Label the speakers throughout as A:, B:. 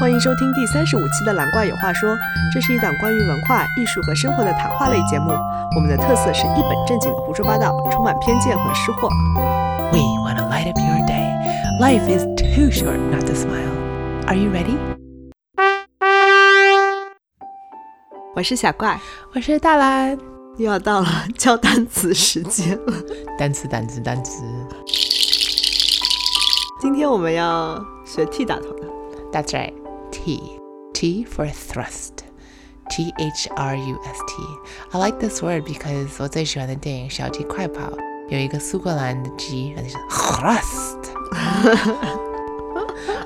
A: 欢迎收听第三十五期的《蓝怪有话说》，这是一档关于文化艺术和生活的谈话类节目。我们的特色是一本正经的胡说八道，充满偏见和失货。
B: We want to light up your day. Life is too short not to smile. Are you ready?
A: 我是小怪，
B: 我是大蓝。
A: 又要到了教单词时间了。
B: 单词，单词，单词。
A: 今天我们要学 T 打头的，
B: That's right. T. T for thrust. T H R U S T. I like this word because 我最喜欢的电影《小鸡快跑》有一个苏格兰的鸡，那就是 thrust。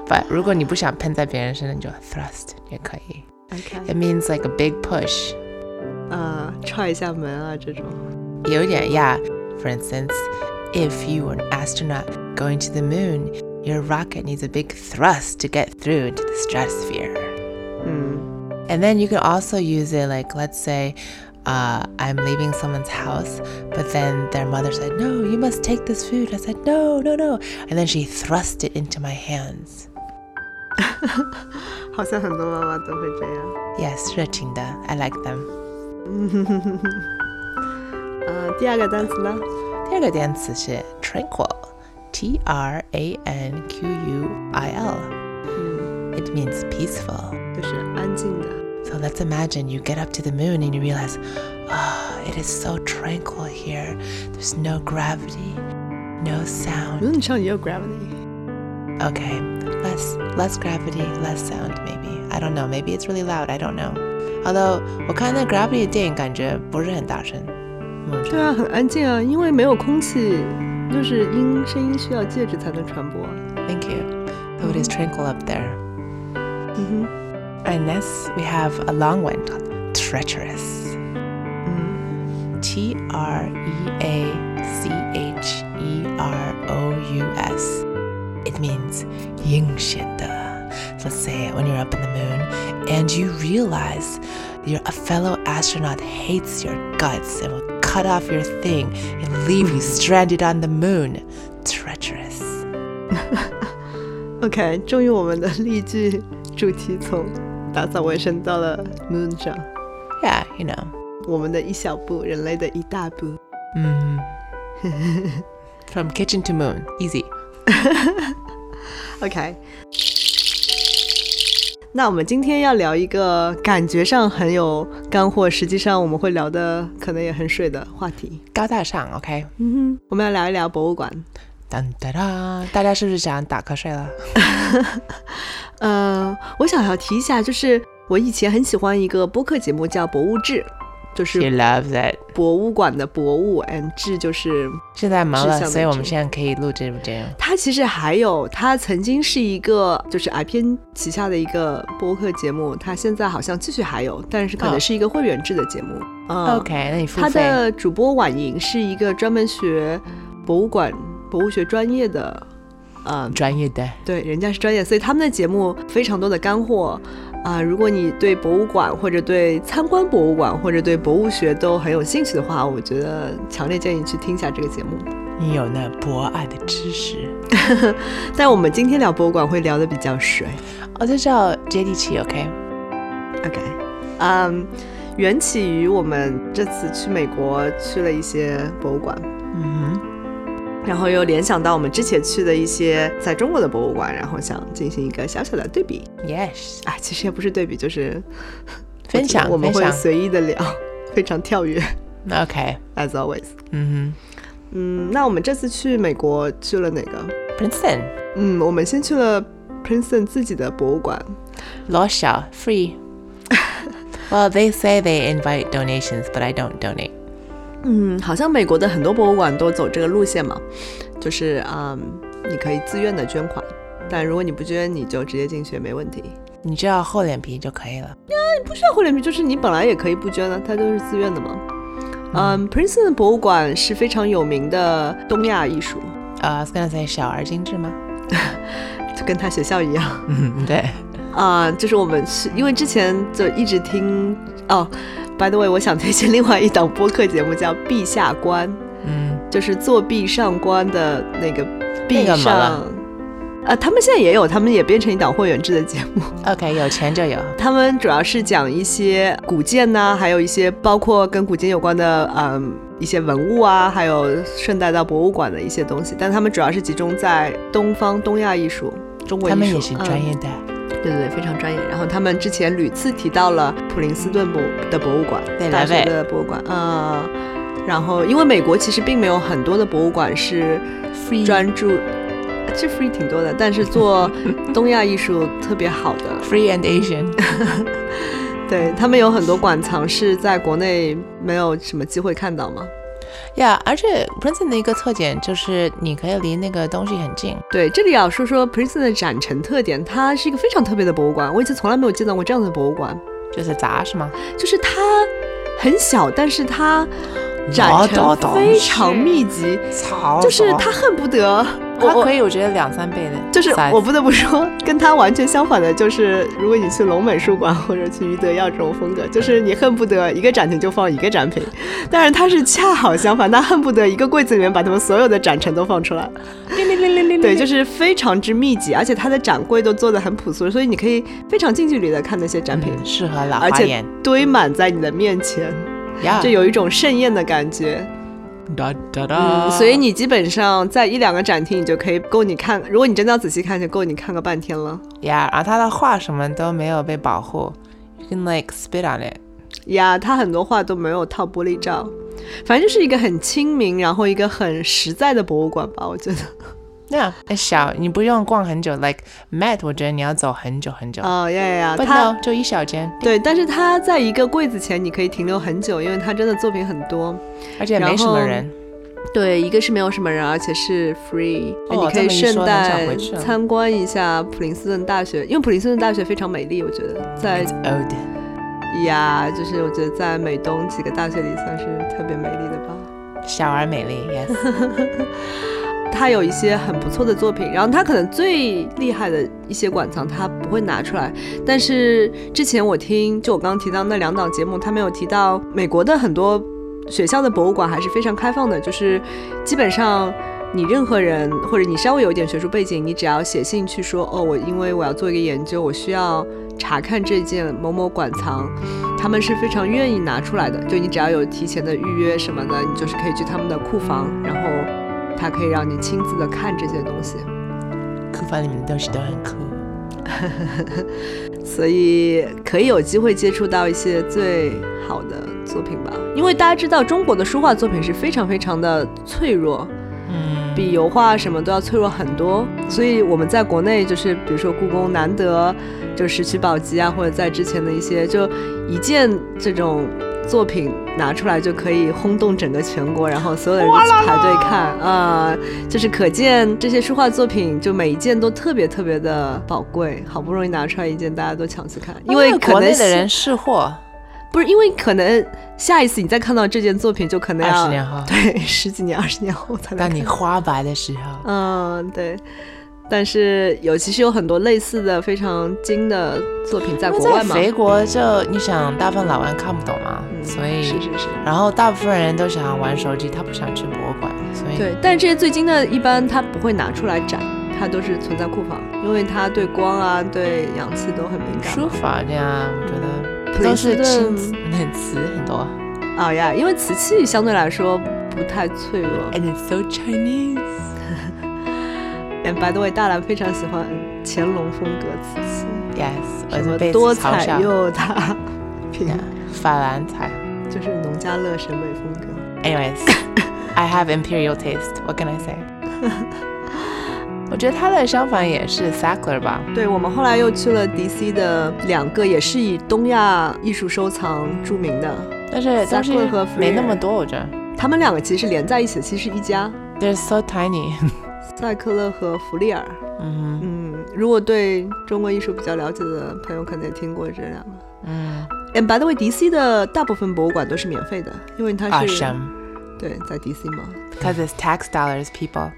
B: But 如果你不想喷在别人身上，你就 thrust 也可以。It
A: OK，
B: means like a big push.
A: 哎呃，踹一下门啊这种。
B: 有点，yeah. For instance, if you were an astronaut going to the moon, your rocket needs a big thrust to get through into the stratosphere.
A: 嗯
B: And then you can also use it like, let's say, uh, I'm leaving someone's house, but then their mother said, No, you must take this food. I said, No, no, no. And then she thrust it into my hands.
A: 好像很多妈妈都会这样。
B: Yes, 热情的. I like them.
A: 呃，第二个单词呢？
B: 第二个单词是 tranquil. T R A N Q U I L.
A: 嗯，
B: It means peaceful.
A: 就是安静的。
B: So let's imagine you get up to the moon and you realize, ah, it is so tranquil here. There's no gravity, no sound.
A: 嗯，上也有 gravity。
B: Okay, less less gravity, less sound maybe. I don't know. Maybe it's really loud. I don't know. Although 我看那 gravity
A: 对啊，很安静啊，因为没有空气，就是音声音需要介质才能传播。
B: Thank you. So it is tranquil up there.
A: 嗯
B: And next we have a long one called treacherous.
A: 哼，嗯
B: T R E A C H E R O U S. It means 阴险的. Let's say when you're up in the moon and you realize your a fellow astronaut hates your guts and will cut off your thing and leave you stranded on the moon. Treacherous.
A: ，OK，终于我们的例句主题从打扫卫生到了 moon 上，
B: Yeah, you know.
A: 我们的一小步，人类的一大步。
B: Mm. From kitchen to moon. Easy.
A: OK，那我们今天要聊一个感觉上很有干货，实际上我们会聊的可能也很水的话题。
B: 高大上, okay?
A: 嗯哼，我们要聊一聊博物馆。
B: Dun, da, da. 大家是不是想打瞌睡了？
A: 呃，我想要提一下，就是我以前很喜欢一个播客节目叫《博物志》，就是
B: She loves it.
A: 博物馆的博物，and 志就是
B: 现在忙
A: 志向
B: 了，
A: 的
B: 所以我们
A: 志
B: 现在可以录这部电影。
A: 它其实还有，它曾经是一个就是 IPN 旗下的一个播客节目，它现在好像继续还有，但是可能
B: 哦
A: 是一个会员制的节目。嗯
B: OK，那你付
A: 它
B: 费？
A: 的主播婉莹是一个专门学博物馆博物学专业的，嗯，
B: 专业的
A: 对，人家是专业，所以他们的节目非常多的干货啊、如果你对博物馆或者对参观博物馆或者对博物学都很有兴趣的话，我觉得强烈建议去听一下这个节目。
B: 你有那博爱的知识。
A: 但我们今天聊博物馆会聊的比较水
B: 我就哦叫接地气，OK？
A: ，OK，嗯，缘起于我们这次去美国去了一些博物馆，
B: 嗯哼，
A: 然后又联想到我们之前去的一些在中国的博物馆，然后想进行一个小小的对比。
B: ，Yes，
A: 啊，其实也不是对比，就是
B: 分享
A: 我们
B: 分
A: 会
B: 享
A: 随意的聊，非常跳跃
B: ，OK，
A: ，as always。
B: 嗯
A: 嗯，那我们这次去美国去了哪个？
B: 哼，Princeton
A: 嗯，我们先去了 Princeton 自己的博物馆。
B: 罗小 Free。Well, they say they invite donations, but I don't donate.
A: 嗯，好像美国的很多博物馆都走这个路线嘛，就是嗯，你可以自愿的捐款，但如果你不捐，你就直接进学没问题。
B: 你只要厚脸皮就可以了。
A: 不需要厚脸皮，就是你本来也可以不捐的，啊它都是自愿的嘛。嗯，Princeton 的博物馆是非常有名的东亚艺术，
B: 呃、i was gonna say 小而精致吗？
A: 就跟他学校一样。
B: 嗯，对。
A: 啊、就是我们是因为之前就一直听哦。By the way，我想推荐另外一档播客节目，叫《壁下观》，
B: 嗯，
A: 就是作壁上观的那个壁
B: 那个嘛
A: 上
B: 了
A: 呃，他们现在也有，他们也变成一档会员制的节目。
B: OK，有钱就有。
A: 他们主要是讲一些古建呐、还有一些包括跟古建有关的，嗯，一些文物啊，还有顺带到博物馆的一些东西。但他们主要是集中在东方、东亚艺术、中国艺
B: 他
A: 术。
B: 们也是专业
A: 嗯
B: 的。
A: 对对对，非常专业。然后他们之前屡次提到了普林斯顿博的博物馆，
B: 对
A: 大
B: 来
A: 学
B: 呗
A: 的博物馆，嗯。然后，因为美国其实并没有很多的博物馆是
B: Free
A: 专注，这 free 挺多的，但是 做东亚艺术特别好的，
B: Free and Asian，
A: 对他们有很多馆藏是在国内没有什么机会看到嘛。
B: 呀而且 Princeton 的一个特点就是你可以离那个东西很近，
A: 对，这里要说说 Princeton 的展陈特点，它是一个非常特别的博物馆，我以前从来没有见到过这样的博物馆，
B: 就是杂是吗？
A: 就是它很小，但是它
B: 老
A: 展
B: 到
A: 陈
B: 到
A: 非
B: 哦是哦
A: 常密集，
B: 草
A: 就是它恨不得
B: 它
A: 我
B: 可
A: 我。
B: 以，我觉得两三倍的，
A: 就是我不得不说，跟它完全相反的，就是如果你去龙美术馆或者去余德耀这种风格，
B: 嗯
A: 就是你恨不得一个展厅就放一个展品，但是它是恰好相反，它恨不得一个柜子里面把他们所有的展陈都放出来。
B: 嗯
A: 对，就是非常之密集，而且它的展柜都做得很朴素，所以你可以非常近距离的看那些展品，
B: 嗯适合老
A: 而
B: 花
A: 且
B: 眼，
A: 堆满在你的面前，
B: 呀，
A: 就有一种盛宴的感觉。
B: 哒哒哒，
A: 嗯，所以你基本上在一两个展厅，你就可以够你看，如果你真的要仔细看，就够你看个半天了。
B: 呀，而他的画什么都没有被保护，you can like spit on it，
A: 呀，它很多画都没有套玻璃罩，反正就是一个很亲民，然后一个很实在的博物馆吧，我觉得。
B: 那那小你不用逛很久，like Matt，我觉得你要走很久很久，
A: 哦，呀呀呀，
B: 不
A: 它
B: 呢就一小间，
A: 对，但是它在一个柜子前你可以停留很久，因为它真的作品很多。
B: 而且
A: 然
B: 没什么
A: 后
B: 人，
A: 对，一个是没有什么人，而且是 free，、哎
B: 哦
A: 你可以顺带
B: 这么一说很想回去了
A: 参观一下普林斯顿大学，因为普林斯顿大学非常美丽，我觉得在
B: It's old，
A: 呀，就是我觉得在美东几个大学里算是特别美丽的吧。
B: 小而美丽，yes，
A: 它有一些很不错的作品，然后它可能最厉害的一些馆藏它不会拿出来，但是之前我听就我刚刚提到那两档节目，他们有提到美国的很多学校的博物馆还是非常开放的，就是基本上。你任何人，或者你稍微有一点学术背景，你只要写信去说，哦，我因为我要做一个研究，我需要查看这件某某馆藏，他们是非常愿意拿出来的。就你只要有提前的预约什么的，你就是可以去他们的库房，然后它可以让你亲自的看这些东西。
B: 库房里面的东西都很酷。
A: 所以可以有机会接触到一些最好的作品吧。因为大家知道，中国的书画作品是非常非常的脆弱，
B: 嗯，
A: 比油画什么都要脆弱很多。所以我们在国内就是，比如说故宫难得就石渠宝笈啊，或者在之前的一些，就一件这种。作品拿出来就可以轰动整个全国，然后所有的人去排队看啊、就是可见这些书画作品，就每一件都特别特别的宝贵，好不容易拿出来一件，大家都抢去看，因为可能
B: 国内的
A: 是
B: 人识货，
A: 不是因为可能下一次你再看到这件作品，就可能
B: 二
A: 要
B: 十年后，
A: 对十几年、二十年后才能
B: 当
A: 看
B: 你花白的时候，
A: 嗯，对。但是有其实有很多类似的非常精的作品在
B: 因为
A: 国外
B: 在
A: 嘛，
B: 肥国嗯就你想大部分老外看不懂嘛，
A: 嗯
B: 所以
A: 是是是，
B: 然后大部分人都想要玩手机，他不想去博物馆，所以
A: 对。但是这些最精的，一般它不会拿出来展，它都是存在库房，因为它对光啊、对氧气都很敏感
B: 书
A: 嘛。
B: 法这样，我觉得
A: 普
B: 都
A: 林斯
B: 是亲
A: 顿
B: 子 很词很多。
A: 啊呀，因为瓷器相对来说不太脆弱。
B: And it's so Chinese.
A: And by the way，大兰非常喜欢乾隆风格瓷器，
B: Yes，我
A: 什么
B: 就呃被
A: 多
B: 此嘲笑
A: 彩。釉 塔屏，
B: Yeah，法兰彩。
A: 就是农家乐审美风格。
B: Anyways, I have imperial taste. What can I say? 我觉得它的相反也是 Sackler 吧。
A: 对，我们后来又去了 DC 的两个，也是以东亚艺术收藏著名的。
B: 但是东西
A: Sackler 和
B: 没那
A: Freer
B: 么多，我觉得。
A: 他们两个其实连在一起的，其实是一家，
B: They're so tiny.
A: 塞克勒和弗利尔。
B: 嗯
A: 嗯，如果对中国艺术比较了解的朋友，可能也听过这两个。
B: 嗯，
A: And by the way，DC 的大部分博物馆都是免费的，因为
B: 啊
A: 它是、
B: awesome.
A: 对在 DC 嘛，
B: Because it's tax dollars, people.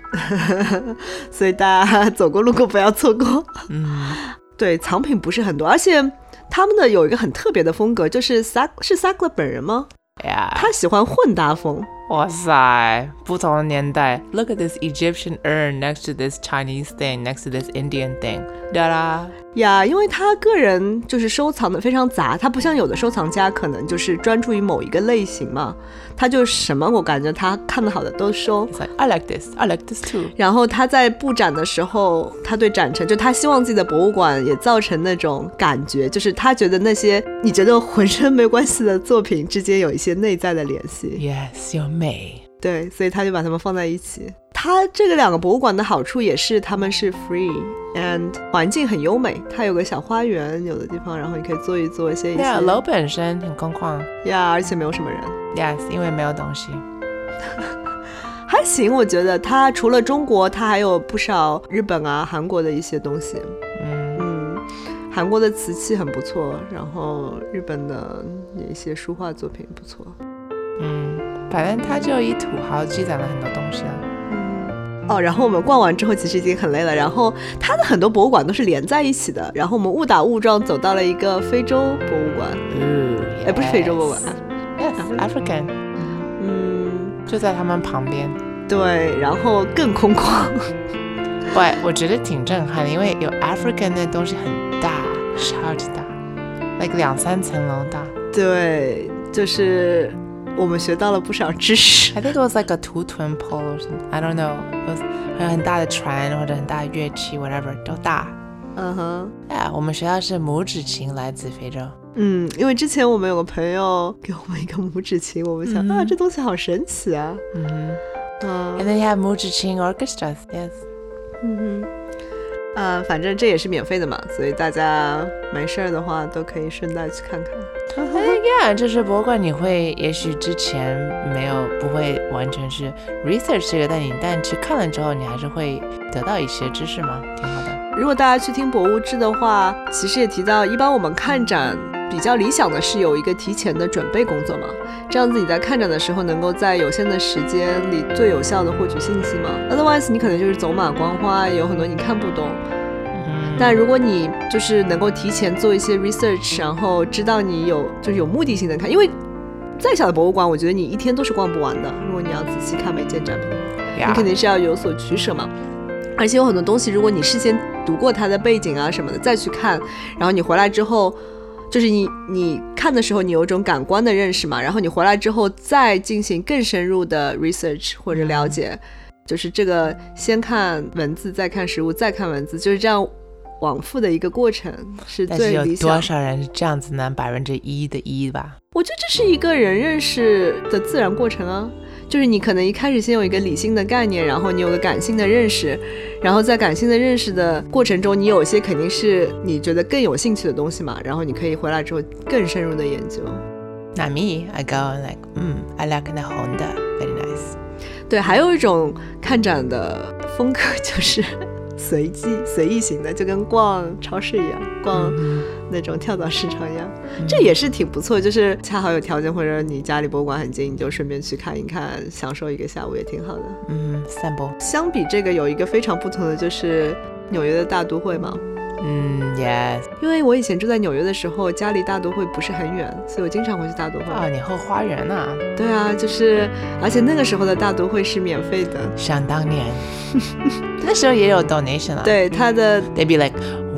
A: 所以大家 走过路过不要错过。
B: 嗯，
A: 对，藏品不是很多，而且他们的有一个很特别的风格，就是萨是萨克勒本人吗？
B: 哎呀，
A: 他喜欢混搭风。
B: 哇塞，不同的年代。Look at this Egyptian urn next to this Chinese thing, next to this Indian thing. Da
A: 呀因为他个人就是收藏的非常杂，他不像有的收藏家可能就是专注于某一个类型嘛，他就什么我感觉他看的好的都收。
B: It's like, I like this. I like this too.
A: 然后他在布展的时候，他对展陈，就他希望自己的博物馆也造成那种感觉，就是他觉得那些你觉得浑身没关系的作品之间有一些内在的联系，
B: Yes, your May.
A: 对，所以他就把它们放在一起。它这个两个博物馆的好处也是，它们是 free and 环境很优美，它有个小花园，有的地方，然后你可以坐一坐，歇一歇。
B: Yeah, 楼本身很空旷。
A: 呀，而且没有什么人，
B: Yes, 因为没有东西。
A: 还行，我觉得它除了中国，它还有不少日本啊、韩国的一些东西。嗯，韩国的瓷器很不错，然后日本的一些书画作品也不错。
B: 嗯，反正他就以土豪积攒了很多东西啊。
A: 嗯，哦，然后我们逛完之后，其实已经很累了。然后它的很多博物馆都是连在一起的，然后我们误打误撞走到了一个非洲博物馆，
B: Ooh,
A: 哎，不是非洲博物馆，
B: Yes, African
A: 嗯，
B: 就在他们旁边。
A: 对，然后更空旷。
B: 喂，我觉得挺震撼的，因为有 African 那东西很大，超级大，like 两三层楼大。
A: 对，就是我们学到了不少知识。
B: I think it was like a 图腾 pole or something. I don't know. It was 还有很大的船或者很大的乐器，whatever 都大。
A: 嗯哼。
B: 哎，我们学校是拇指琴来自非洲。
A: 嗯，因为之前我们有个朋友给我们一个拇指琴，我们想、啊，
B: 嗯
A: 这东西好神奇啊。
B: 嗯哼
A: 嗯
B: ，And then you have 拇指琴 orchestras. Yes.
A: 嗯哼，呃，反正这也是免费的嘛，所以大家没事儿的话都可以顺带去 看看。
B: 哎呀，就是博物馆，你会也许之前没有不会完全是 research 这个，但你但去看了之后，你还是会得到一些知识嘛，挺好的。
A: 如果大家去听博物志的话，其实也提到，一般我们看展比较理想的是有一个提前的准备工作嘛，这样子你在看展的时候能够在有限的时间里最有效的获取信息嘛。Otherwise，你可能就是走马观花，有很多你看不懂。
B: 嗯
A: 但如果你就是能够提前做一些 research，然后知道你有就是有目的性的看，因为再小的博物馆，我觉得你一天都是逛不完的。如果你要仔细看每件展品，你
B: Yeah.
A: 肯定是要有所取舍嘛。而且有很多东西，如果你事先读过它的背景啊什么的，再去看，然后你回来之后，就是你你看的时候，你有一种感官的认识嘛，然后你回来之后再进行更深入的 research 或者了解，就是这个先看文字，再看实物，再看文字，就是这样往复的一个过程是
B: 但是
A: 最
B: 有
A: 理
B: 多
A: 想。
B: 少人是这样子呢？百分之一的一吧。
A: 我觉得这是一个人认识的自然过程啊，就是你可能一开始先有一个理性的概念，然后你有个感性的认识，然后在感性的认识的过程中，你有一些肯定是你觉得更有兴趣的东西嘛，然后你可以回来之后更深入的研究。
B: 那 me, I go and like, 嗯，I like the Honda, very nice.
A: 对，还有一种看展的风格就是 随机随意型的，就跟逛超市一样，逛那种跳蚤市场一样，嗯这也是挺不错。就是恰好有条件或者你家离博物馆很近，你就顺便去看一看，享受一个下午也挺好的。
B: 嗯，散步。
A: 相比这个，有一个非常不同的就是纽约的大都会嘛。
B: 嗯，yes。
A: 因为我以前住在纽约的时候，家离大都会不是很远，所以我经常会去大都会。
B: 哦，你后花园呐、
A: 啊对啊，就是而且那个时候的大都会是免费的，
B: 想当 年，那时候也有 donation 啊。
A: 对它的
B: ，They'd be like,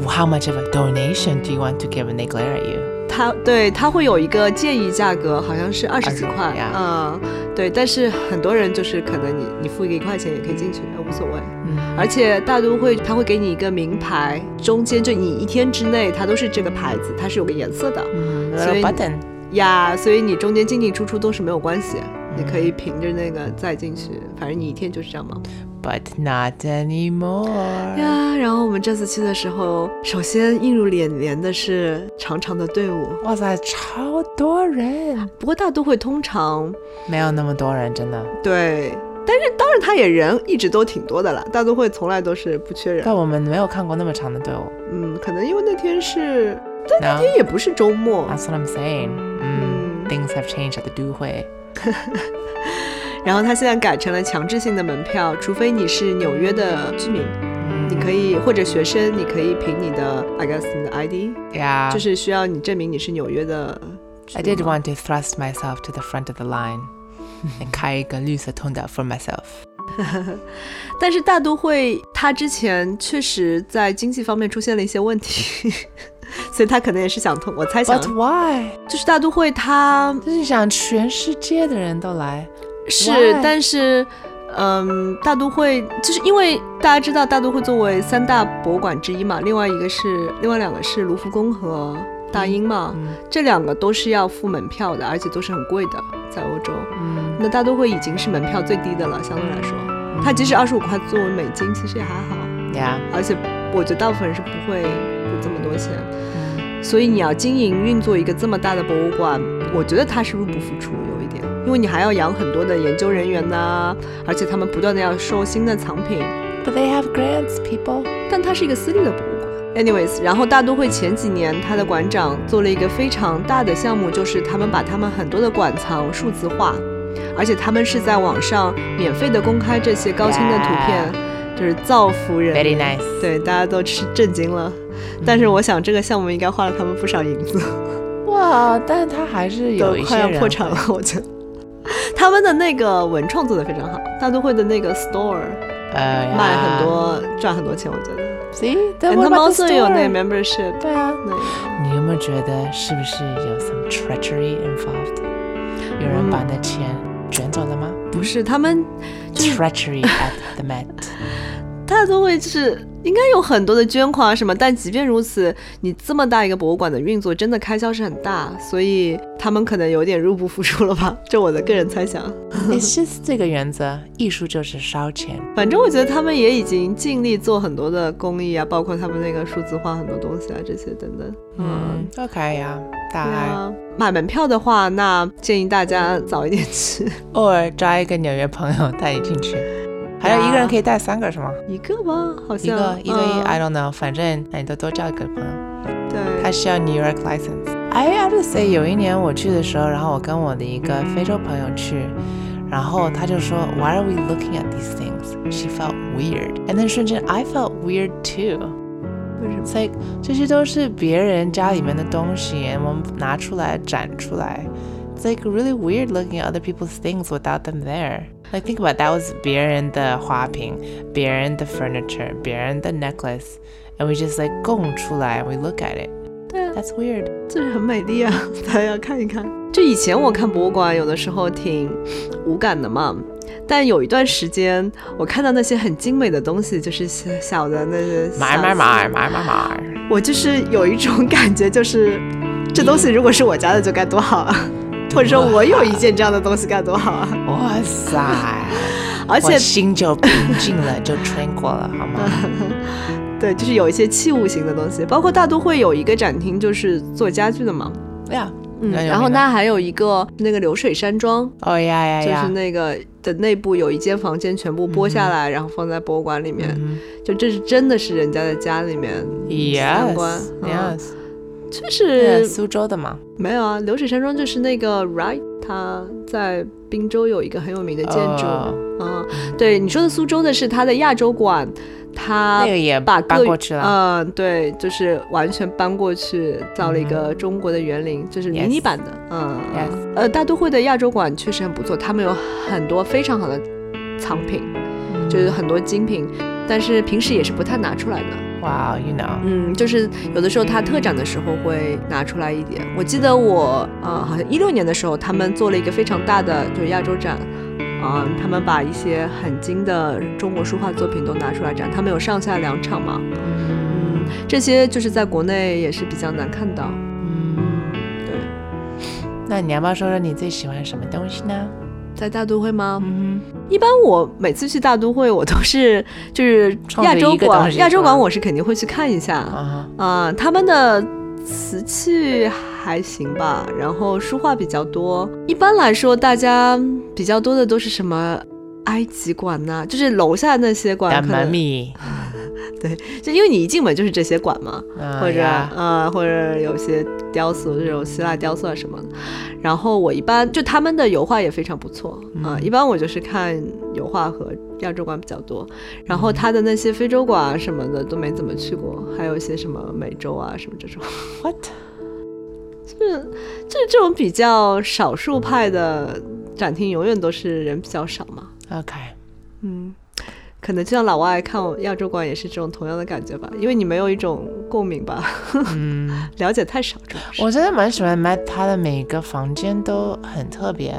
B: how much of a donation do you want to give? And they glare at you.
A: 它对它会有一个建议价格，好像是二十几
B: 20
A: 块，
B: 呀
A: 嗯，对。但是很多人就是可能你你付一个一块钱也可以进去，呃无所谓。
B: 嗯，
A: 而且大都会它会给你一个名牌，中间就你一天之内它都是这个牌子，它是有个颜色的
B: 嗯
A: 所以
B: ，little button。
A: 呀，所以你中间进进出出都是没有关系，你可以凭着那个再进去，反正你一天就是这样嘛。
B: But not anymore.
A: 呀，然后我们这次去的时候，首先映入眼帘的是长长的队伍，
B: 哇塞，超多人，
A: 不过大都会通常
B: 没有那么多人，真的。
A: 对，但是当然他也人一直都挺多的啦，大都会从来都是不缺人
B: 但。我们没有看过那么长的队伍。
A: 嗯，可能因为那天是，但那
B: No.
A: 天也不是周末。
B: That's what I'm saying. 嗯，things have changed at the 都会。
A: 然后他现在改成了强制性的门票，除非你是纽约的居民，
B: 嗯
A: 你可以或者学生，你可以凭你的 I guess 你的 ID，、
B: Yeah.
A: 就。是需要你证明你是纽约的居
B: I
A: 民
B: did
A: 嘛。
B: 哎啊 want to thrust myself to the front of the line. and 开一个绿色通道 for myself。
A: 但是大都会它之前确实在经济方面出现了一些问题， 所以它可能也是想通，我猜想
B: But why？
A: 就是大都会它
B: 就是想全世界的人都来。
A: 是
B: Why？，
A: 但是，嗯，大都会就是因为大家知道大都会作为三大博物馆之一嘛，另外一个是另外两个是卢浮宫和大英嘛，
B: 嗯
A: 这两个都是要付门票的，而且都是很贵的，在欧洲。
B: 嗯，
A: 那大都会已经是门票最低的了，相对来说，它即使二十五块作为美金，其实也还好，
B: 呀，
A: 而且我觉得大部分人是不会付这么多钱。所以你要经营运作一个这么大的博物馆，我觉得它是入不敷出有一点，因为你还要养很多的研究人员呐、而且他们不断的要收新的藏品，
B: But they have grants, people.
A: 但它是一个私立的博物馆。Anyways，然后大都会前几年它的馆长做了一个非常大的项目，就是他们把他们很多的馆藏数字化，而且他们是在网上免费的公开这些高清的图片就是造福人
B: Very
A: 民。
B: nice.
A: 对，大家都吃震惊了，但是我想这个项目应该花了他们不少银 子。
B: 哇，但他还是
A: 都
B: 有一些
A: 快要
B: 人
A: 破产了，我觉得。他们的那个文创做的非常好，大都会的那个 store
B: 呃
A: 卖很。
B: 呀
A: 多赚很多钱，我觉得。
B: See，
A: 哎
B: 但
A: 他们 also 有那
B: 个。
A: membership
B: 对啊，
A: 那个。
B: 你有没有觉得是不是有 some treachery involved？有人把你的钱卷走了吗
A: 不是，他们
B: ？Treachery at the Met。
A: 大都会就是应该有很多的捐款啊什么，但即便如此，你这么大一个博物馆的运作，真的开销是很大，所以他们可能有点入不敷出了吧， 这我的个人猜想。
B: It's just 这个原则，艺术就是烧钱。
A: 反正我觉得他们也已经尽力做很多的公益啊，包括他们那个数字化很多东西啊，这些等等。
B: 嗯，OK 呀，大
A: 对
B: 爱。
A: 啊，买门票的话，那建议大家早一点去，
B: 偶尔抓一个纽约朋友带你进去，
A: 啊
B: 还有一个人可以带三个是吗？
A: 一个吧，好
B: 一个
A: 像
B: 一哎对一
A: 嗯
B: ，I don't know，反正那你都多交一个朋友。他
A: 对，
B: 需要 New York license。I have to say，有一年我去的时候，然后我跟我的一个非洲朋友去，然后他就说，Why are we looking at these things? She felt weird. And then 瞬间 I felt weird too.
A: 为什么？
B: It's like 这些都是别人家里面的东西，我们拿出来展出来。It's like really weird looking at other people's things without them there. Like think about it, that was 别人的花瓶，别人的 furniture，别人的 necklace, and we just like 供出来，we look at it.
A: 对啊，
B: That's weird.
A: 就是很美丽啊， 大家要看一看。就以前我看博物馆，有的时候挺无感的嘛。但有一段时间，我看到那些很精美的东西，就是小小的那些
B: 买
A: 小
B: 买买买买买。
A: 我就是有一种感觉，就是这东西如果是我家的就该多好啊， 或者说我有一件这样的东西该多好啊。
B: 哇塞！
A: 而且
B: 我心就平静了，就穿过了，好吗？
A: 对，就是有一些器物型的东西，包括大都会有一个展厅，就是做家具的嘛。
B: 对呀，
A: 嗯，
B: 那有
A: 然后
B: 那个
A: 它还有一个那个流水山庄，
B: 哦呀呀嗯
A: 就是
B: 呀！
A: 那个的内部有一间房间全部剥下来，然后放在博物馆里面。就这是真的是人家的家里面，参观
B: Yes, 啊
A: 嗯
B: yes，
A: 就
B: 对，
A: 是
B: 苏州的嘛。
A: 没有啊。流水山庄就是那个 Right，他在滨州有一个很有名的建筑。
B: 哦
A: 嗯，对，你说的苏州的是它的亚洲馆，它
B: 那个也
A: 把各
B: 搬过去了。
A: 嗯，对，就是完全搬过去造了一个中国的园林，就是迷你
B: 嗯 Yes
A: 版的。嗯
B: Yes
A: 呃，大都会的亚洲馆确实很不错，他们有很多非常好的藏品，就是很多精品，但是平时也是不太拿出来的。
B: 哇，you know，
A: 嗯，就是有的时候它特展的时候会拿出来一点。我记得我呃，好像一六年的时候，他们做了一个非常大的就是亚洲展，嗯、他们把一些很精的中国书画作品都拿出来展，他们有上下两场嘛，嗯，这些就是在国内也是比较难看到。嗯对，嗯
B: 那你要不要说说你最喜欢什么东西呢？
A: 在大都会吗？
B: 嗯，
A: 一般我每次去大都会，我都是 就是
B: 冲着
A: 亚洲
B: 一个东
A: 馆，
B: 西
A: 亚洲
B: 是吧
A: 馆我是肯定会去看一下。
B: 啊
A: 啊、他们的瓷器还行吧，然后书画比较多。一般来说，大家比较多的都是什么埃及馆呐、就是楼下那些
B: 哈，大
A: 馆，可
B: 妈
A: 能
B: 咪，
A: 就因为你一进门就是这些馆嘛，
B: 或
A: 或者呃，或者有些雕塑这种希腊雕塑啊什么的。然后我一般就他们的油画也非常不错啊、一般我就是看油画和亚洲馆比较多，然后他的那些非洲馆啊什么的都没怎么去过，还有一些什么美洲啊什么这种。
B: what？
A: 就是这种比较少数派的展厅永远都是人比较少嘛。
B: Okay.
A: 嗯，可能就像老外看我亚洲馆也是这种同样的感觉吧，因为你没有一种共鸣吧，
B: 嗯，
A: 了解太少主要是。
B: 我真的蛮喜欢 Matt，他的每个房间都很特别，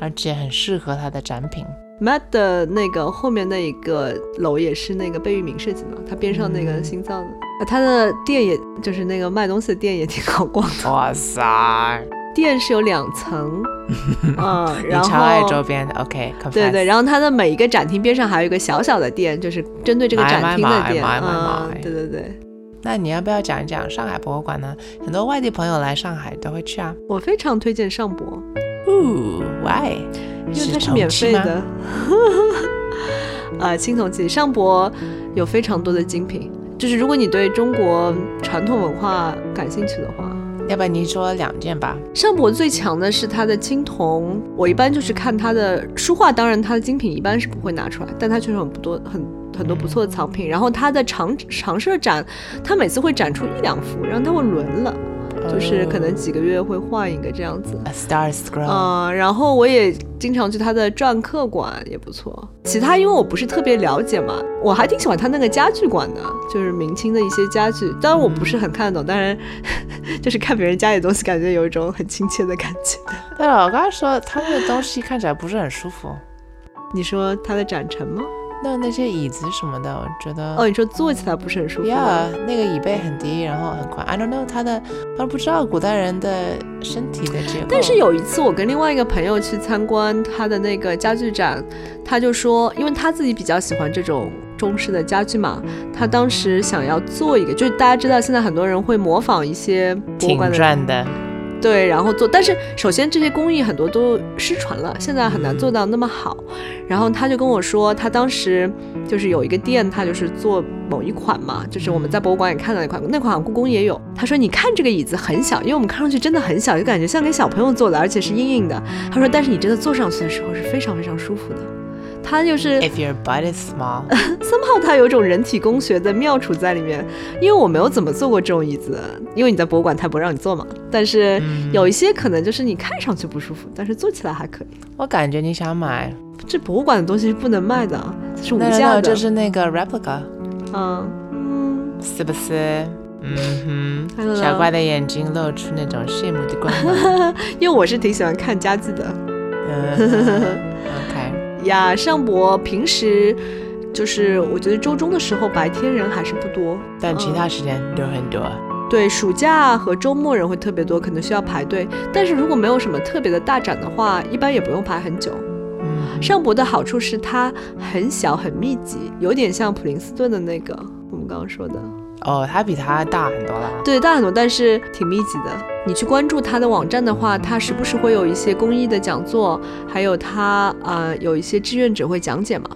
B: 而且很适合他的展品。
A: Matt 的那个后面那一个楼也是那个贝聿铭设计的嘛，他边上那个
B: 嗯
A: 心脏的，呃他的店也就是那个卖东西的店也挺好逛的，
B: 哇塞，
A: 店是有两层， 嗯，
B: 你
A: 然
B: 超爱周
A: 后。
B: 边的，OK，
A: 对对，然
B: 后
A: 后它的每一个展厅边上还有一个小小的店，就是针对这个
B: 买
A: 展厅
B: 买
A: 的
B: 买
A: 店。
B: 买买
A: 嗯
B: 买
A: 对对对，
B: 那你要不要讲一讲上海博物馆呢？很多外地朋友来上海都会去啊。
A: 我非常推荐上博，
B: Ooh, why？
A: 因为它是
B: 同
A: 免
B: 期
A: 费
B: 吗
A: 的。 啊，青铜器上博有非常多的精品，就是如果你对中国传统文化感兴趣的话，
B: 要不然你说两件吧。
A: 上博最强的是它的青铜。我一般就是看它的书画，当然它的精品一般是不会拿出来，但它确实很不多很。很多不错的藏品，然后它的常常设展，它每次会展出一两幅，然后它会轮了，
B: 哦
A: 就是可能几个月会换一个这样子。
B: Oh, A Star Scroll，
A: 嗯，然后我也经常去他的篆刻馆，也不错。其他因为我不是特别了解嘛，我还挺喜欢他那个家具馆的，就是明清的一些家具。当然我不是很看得懂，当然 就是看别人家里的东西，感觉有一种很亲切的感觉。
B: 对了，我刚才说他们的东西看起来不是很舒服，
A: 你说他的展陈吗？
B: 那那些椅子什么的，我觉得
A: 哦，你说坐起来不是很舒服吗
B: Yeah，那个椅背很低，然后很宽。I don't know，他的他不知道古代人的身体的结构。
A: 但是有一次，我跟另外一个朋友去参观他的那个家具展，他就说，因为他自己比较喜欢这种中式的家具嘛，他当时想要做一个，就是大家知道现在很多人会模仿一些博物
B: 挺
A: 馆的
B: 赚 的，
A: 对，然后做，但是首先这些工艺很多都失传了，现在很难做到那么好。然后他就跟我说，他当时就是有一个店，他就是做某一款嘛，就是我们在博物馆也看到一款，那款故宫也有。他说，你看这个椅子很小，因为我们看上去真的很小，就感觉像给小朋友做的，而且是硬硬的。他说，但是你真的坐上去的时候是非常非常舒服的。他就是。
B: If your butt is small，
A: somehow 它有一种人体工学的妙处在里面，因为我没有怎么坐过这种椅子，因为你在博物馆它不让你坐嘛。但是
B: 嗯
A: 有一些可能就是你看上去不舒服，但是坐起来还可以。
B: 我感觉你想买，
A: 这博物馆的东西是不能卖的啊，这是无
B: 那
A: 价
B: 那
A: 的。
B: 就是那个 replica，
A: 嗯嗯，
B: 是不是？嗯
A: I don't
B: 哼，小怪的眼睛露出那种羡慕的光 芒。
A: 因为我是挺喜欢看家具的。
B: 嗯哼 OK，
A: 呀，上博平时就是我觉得周中的时候白天人还是不多，
B: 但其他时间都很多。
A: 对，暑假和周末人会特别多，可能需要排队。但是如果没有什么特别的大展的话，一般也不用排很久。
B: 嗯，
A: 上博的好处是它很小很密集，有点像普林斯顿的那个我们刚刚说的，
B: 哦，它比它大很多啦。
A: 对，大很多，但是挺密集的。你去关注它的网站的话，它时不时会有一些公益的讲座，还有它呃有一些志愿者会讲解嘛。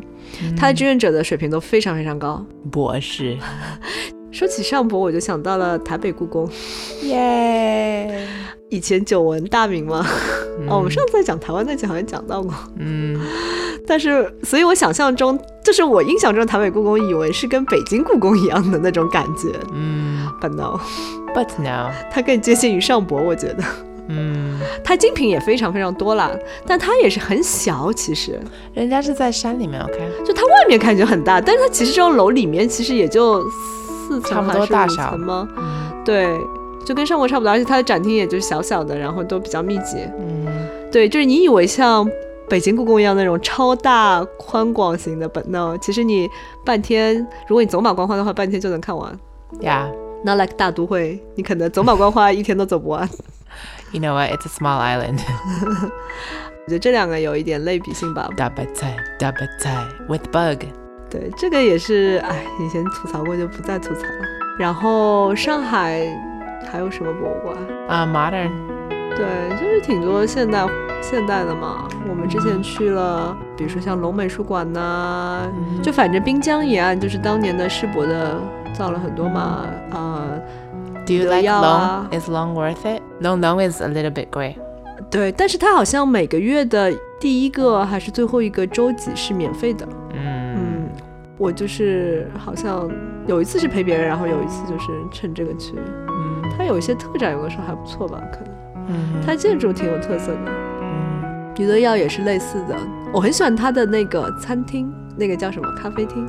A: 它的志愿者的水平都非常非常高。
B: 嗯博士，
A: 说起上博，我就想到了台北故宫，
B: 耶！
A: 以前久闻大名嘛。哦，我们
B: 嗯
A: 上次在讲台湾那集好像讲到过，
B: 嗯。
A: 但是所以我想象中，就是我印象中台北故宫，以为是跟北京故宫一样的那种感觉，
B: 嗯
A: 本 no，
B: ，But no，Mm.
A: 它更接近于上博，我觉得
B: 嗯，
A: 它精品也非常非常多啦，但它也是很小，其实
B: 人家是在山里面，OK，
A: 就它外面感觉很大，但是它其实这栋楼里面其实也就四
B: 差
A: 层
B: 不
A: 还
B: 多
A: 是
B: 大
A: 五
B: 小
A: 层吗？
B: 嗯
A: 对，就跟上博差不多，而且它的展厅也就是小小的，然后都比较密集。
B: 嗯，
A: 对，就是你以为像北京故宫一样那种超大宽广型的，but no，其实你半天，如果你走马观花的话，半天就能看完。
B: 呀、
A: Not like 大都会，你可能走马观花一天都走不完。
B: yeah,，You know what？It's a small island
A: 我觉得这两个有一点类比性吧。
B: 大白菜，大白菜 uh, with bug，
A: 对，这个也是，哎，以前吐槽过就不再吐槽了。然后上海还有什么博物馆？
B: 啊、m o d e r n
A: 对，就是挺多现代现代的嘛。我们之前去了，比如说像龙美术馆呐、
B: 嗯
A: 就反正滨江沿岸就是当年的世博的造了很多嘛，呃，
B: Do you
A: 有
B: like
A: 药
B: long？、
A: 啊
B: Is long worth it？Long long is a little bit 贵。
A: 对，但是它好像每个月的第一个还是最后一个周几是免费的，
B: 嗯，
A: 嗯，我就是好像有一次是陪别人，然后有一次就是趁这个去，
B: 嗯 Mm.
A: 它有一些特展有的时候还不错吧，可能
B: 嗯
A: 它建筑挺有特色的，
B: 嗯
A: 娱乐药也是类似的。我很喜欢他的那个餐厅，那个叫什么咖啡厅？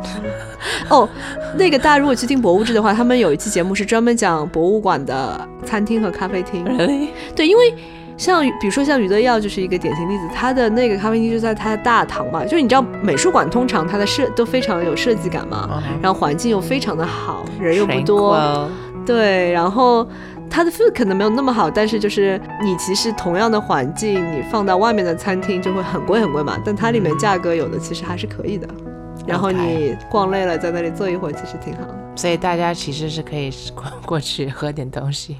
A: 哦，那个大家如果去听博物志的话，他们有一期节目是专门讲博物馆的餐厅和咖啡厅。
B: Really?
A: 对，因为像比如说像余德耀就是一个典型例子，他的那个咖啡厅就在他的大堂嘛，就是你知道美术馆通常它的设都非常有设计感嘛，
B: Uh-huh.
A: 然后环境又非常的好，人又不多，
B: Tranquil.
A: 对，然后。它的 food 可能没有那么好，但是就是你其实同样的环境，你放到外面的餐厅就会很贵很贵嘛，但它里面价格有的其实还是可以的。然后
B: OK
A: 你逛累了，在那里坐一会儿，其实挺好的。
B: 所以大家其实是可以过过去喝点东西。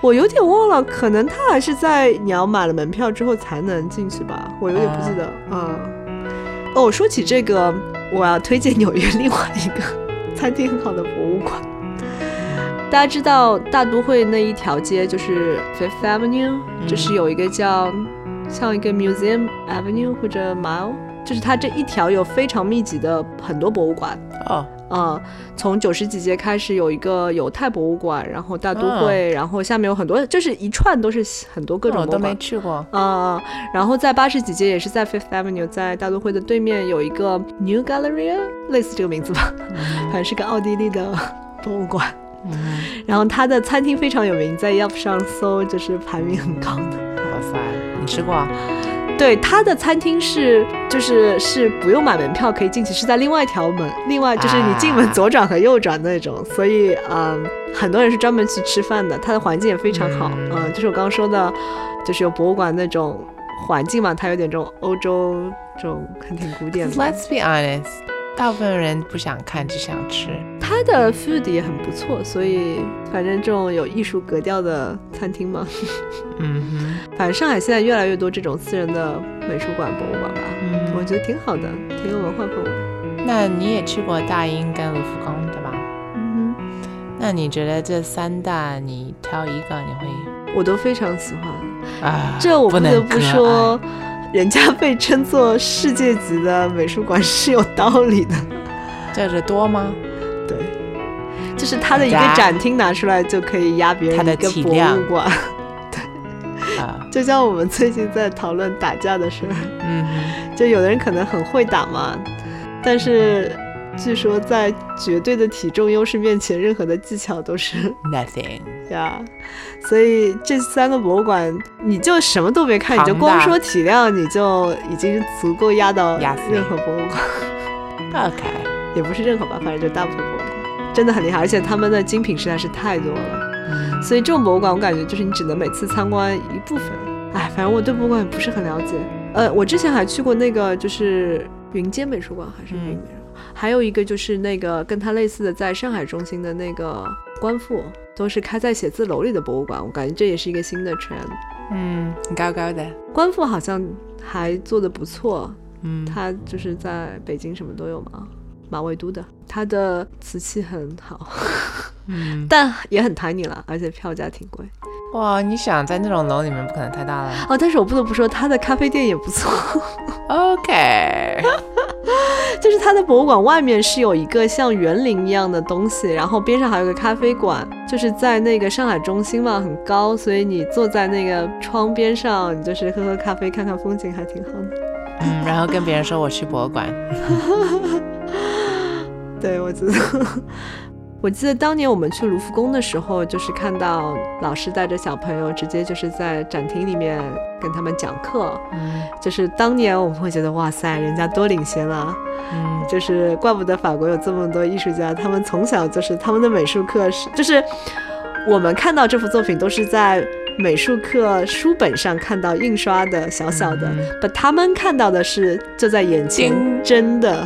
A: 我有点忘了，可能他还是在你要买了门票之后才能进去吧，我有点不记得。嗯，哦，说起这个，我要推荐纽约另外一个餐厅很好的博物馆。大家知道大都会那一条街就是 Fifth Avenue，、就是有一个叫像一个 Museum Avenue 或者 Mile，就是它这一条有非常密集的很多博物馆。
B: 哦，
A: 嗯，从九十几街开始有一个犹太博物馆，然后大都会，
B: 嗯
A: 然后下面有很多，就是一串都是很多各种
B: 我
A: 博
B: 哦都
A: 物
B: 没
A: 馆。
B: 去过。
A: 嗯，然后在八十几街也是在 Fifth Avenue，在大都会的对面有一个 New Galleria，类似这个名字吧，反正是个奥地利的 博物馆。
B: 嗯，
A: 然后它的餐厅非常有名，在 Yelp 上搜就是排名很高的。
B: 哇塞，你吃过啊？
A: 对，它的餐厅是就是是不用买门票可以进去，是在另外一条门，另外就是你进门
B: 啊
A: 左转和右转那种，所以嗯，很多人是专门去吃饭的。它的环境也非常好，
B: 嗯
A: 嗯，就是我刚刚说的，就是有博物馆那种环境嘛，它有点这种欧洲这种很挺古典的。
B: Let's be honest，大部分人不想看，只想吃。
A: 它的 food 也很不错，所以反正这种有艺术格调的餐厅嘛，
B: 嗯
A: 反正上海现在越来越多这种私人的美术馆、博物馆吧，
B: 嗯
A: 我觉得挺好的，挺有文化氛围。
B: 哼，那你也去过大英跟卢浮宫对吧？
A: 嗯哼。
B: 那你觉得这三大你挑一个，你会
A: 我都非常喜欢。
B: 啊？
A: 这我不得
B: 能
A: 不
B: 割爱
A: 说，人家被称作世界级的美术馆是有道理 的。
B: 这是多吗？
A: 对，就是它的一个
B: 人家
A: 展厅拿出来就可以压别人
B: 它的
A: 一个
B: 体
A: 博
B: 量
A: 物馆，
B: 啊，
A: 就像我们最近在讨论打架的事儿，
B: 嗯哼，
A: 就有的人可能很会打嘛，但是。据说在绝对的体重优势面前，任何的技巧都是
B: ，nothing。
A: 呀所以这三个博物馆，你就什么都别看，你就
B: 庞
A: 光
B: 大
A: 说体量，你就已经足够压倒
B: 压死你
A: 任何博物馆，
B: OK，
A: 也不是任何吧，反正就大部分博物馆真的很厉害，而且他们的精品实在是太多了。
B: 嗯
A: 所以这种博物馆，我感觉就是你只能每次参观一部分。哎，反正我对博物馆也不是很了解。呃，我之前还去过那个就是云间美术馆，还是云美术馆，还有一个就是那个跟它类似的，在上海中心的那个观复，都是开在写字楼里的博物馆。我感觉这也是一个新的 trend。
B: 嗯，高高的，
A: 官复好像还做的不错，
B: 嗯，
A: 它就是在北京什么都有嘛，马未都的，它的瓷器很好，
B: 嗯，
A: 但也很 tiny 了，而且票价挺贵
B: 哇，你想在那种楼里面不可能太大了。
A: 哦。但是我不得不说，它的咖啡店也不错，
B: OK，
A: 就是它的博物馆外面是有一个像园林一样的东西，然后边上还有个咖啡馆，就是在那个上海中心嘛，很高，所以你坐在那个窗边上，你就是喝喝咖啡，看看风景，还挺好的。
B: 嗯，然后跟别人说我去博物馆，
A: 对，我觉得， 我记得当年我们去卢浮宫的时候，就是看到老师带着小朋友直接就是在展厅里面跟他们讲课，
B: 嗯
A: 就是当年我们会觉得哇塞，人家多领先啊了，
B: 嗯
A: 就是怪不得法国有这么多艺术家，他们从小就是他们的美术课是就是我们看到这幅作品都是在。美术课书本上看到印刷的小小的，
B: 嗯
A: 把他们看到的是就在眼前
B: 叮，
A: 真的，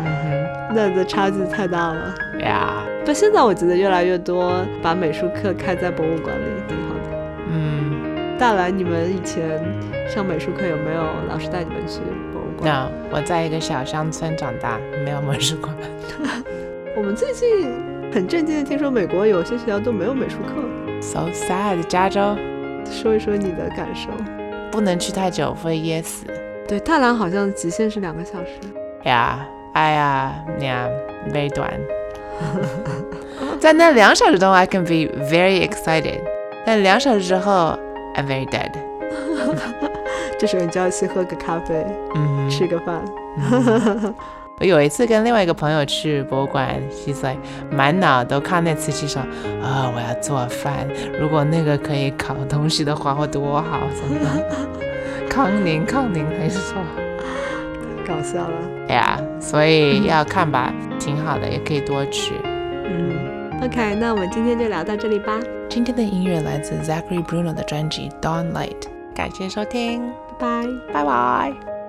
B: 嗯
A: 那的差距太大了。
B: 哼，呀，
A: 但现在我觉得越来越多把美术课开在博物馆里，挺好的。
B: 嗯
A: 大兰，你们以前上美术课有没有老师带你们去博物馆？
B: ，No，我在一个小乡村长大，没有美术馆。
A: 我们最近很震惊的听说，美国有些学校都没有美术课。
B: So sad，加州
A: 说一说你的感受。
B: 不能去太久会噎死。
A: 对，大兰好像极限是两个小 时。
B: 呀，哎呀，呀，very 短。 在那两小时中，I can be very excited。但两小时之后，I'm very dead。
A: 这时候你就要去喝个咖啡，
B: 嗯
A: 吃个饭。嗯
B: 我有一次跟另外一个朋友去博物馆，he's like 满脑都看那瓷器，说啊、我要做饭，如果那个可以烤东西的话，会多好，怎么的？ 康宁，康宁还是什 么？
A: 搞笑了。
B: 哎呀，所以要看吧，挺好的，也可以多去。
A: 嗯，OK，那我们今天就聊到这里吧，
B: 今天的音乐来自 Zachary Bruno 的专辑《Dawn Light》，感谢收听，
A: 拜拜。
B: 拜拜。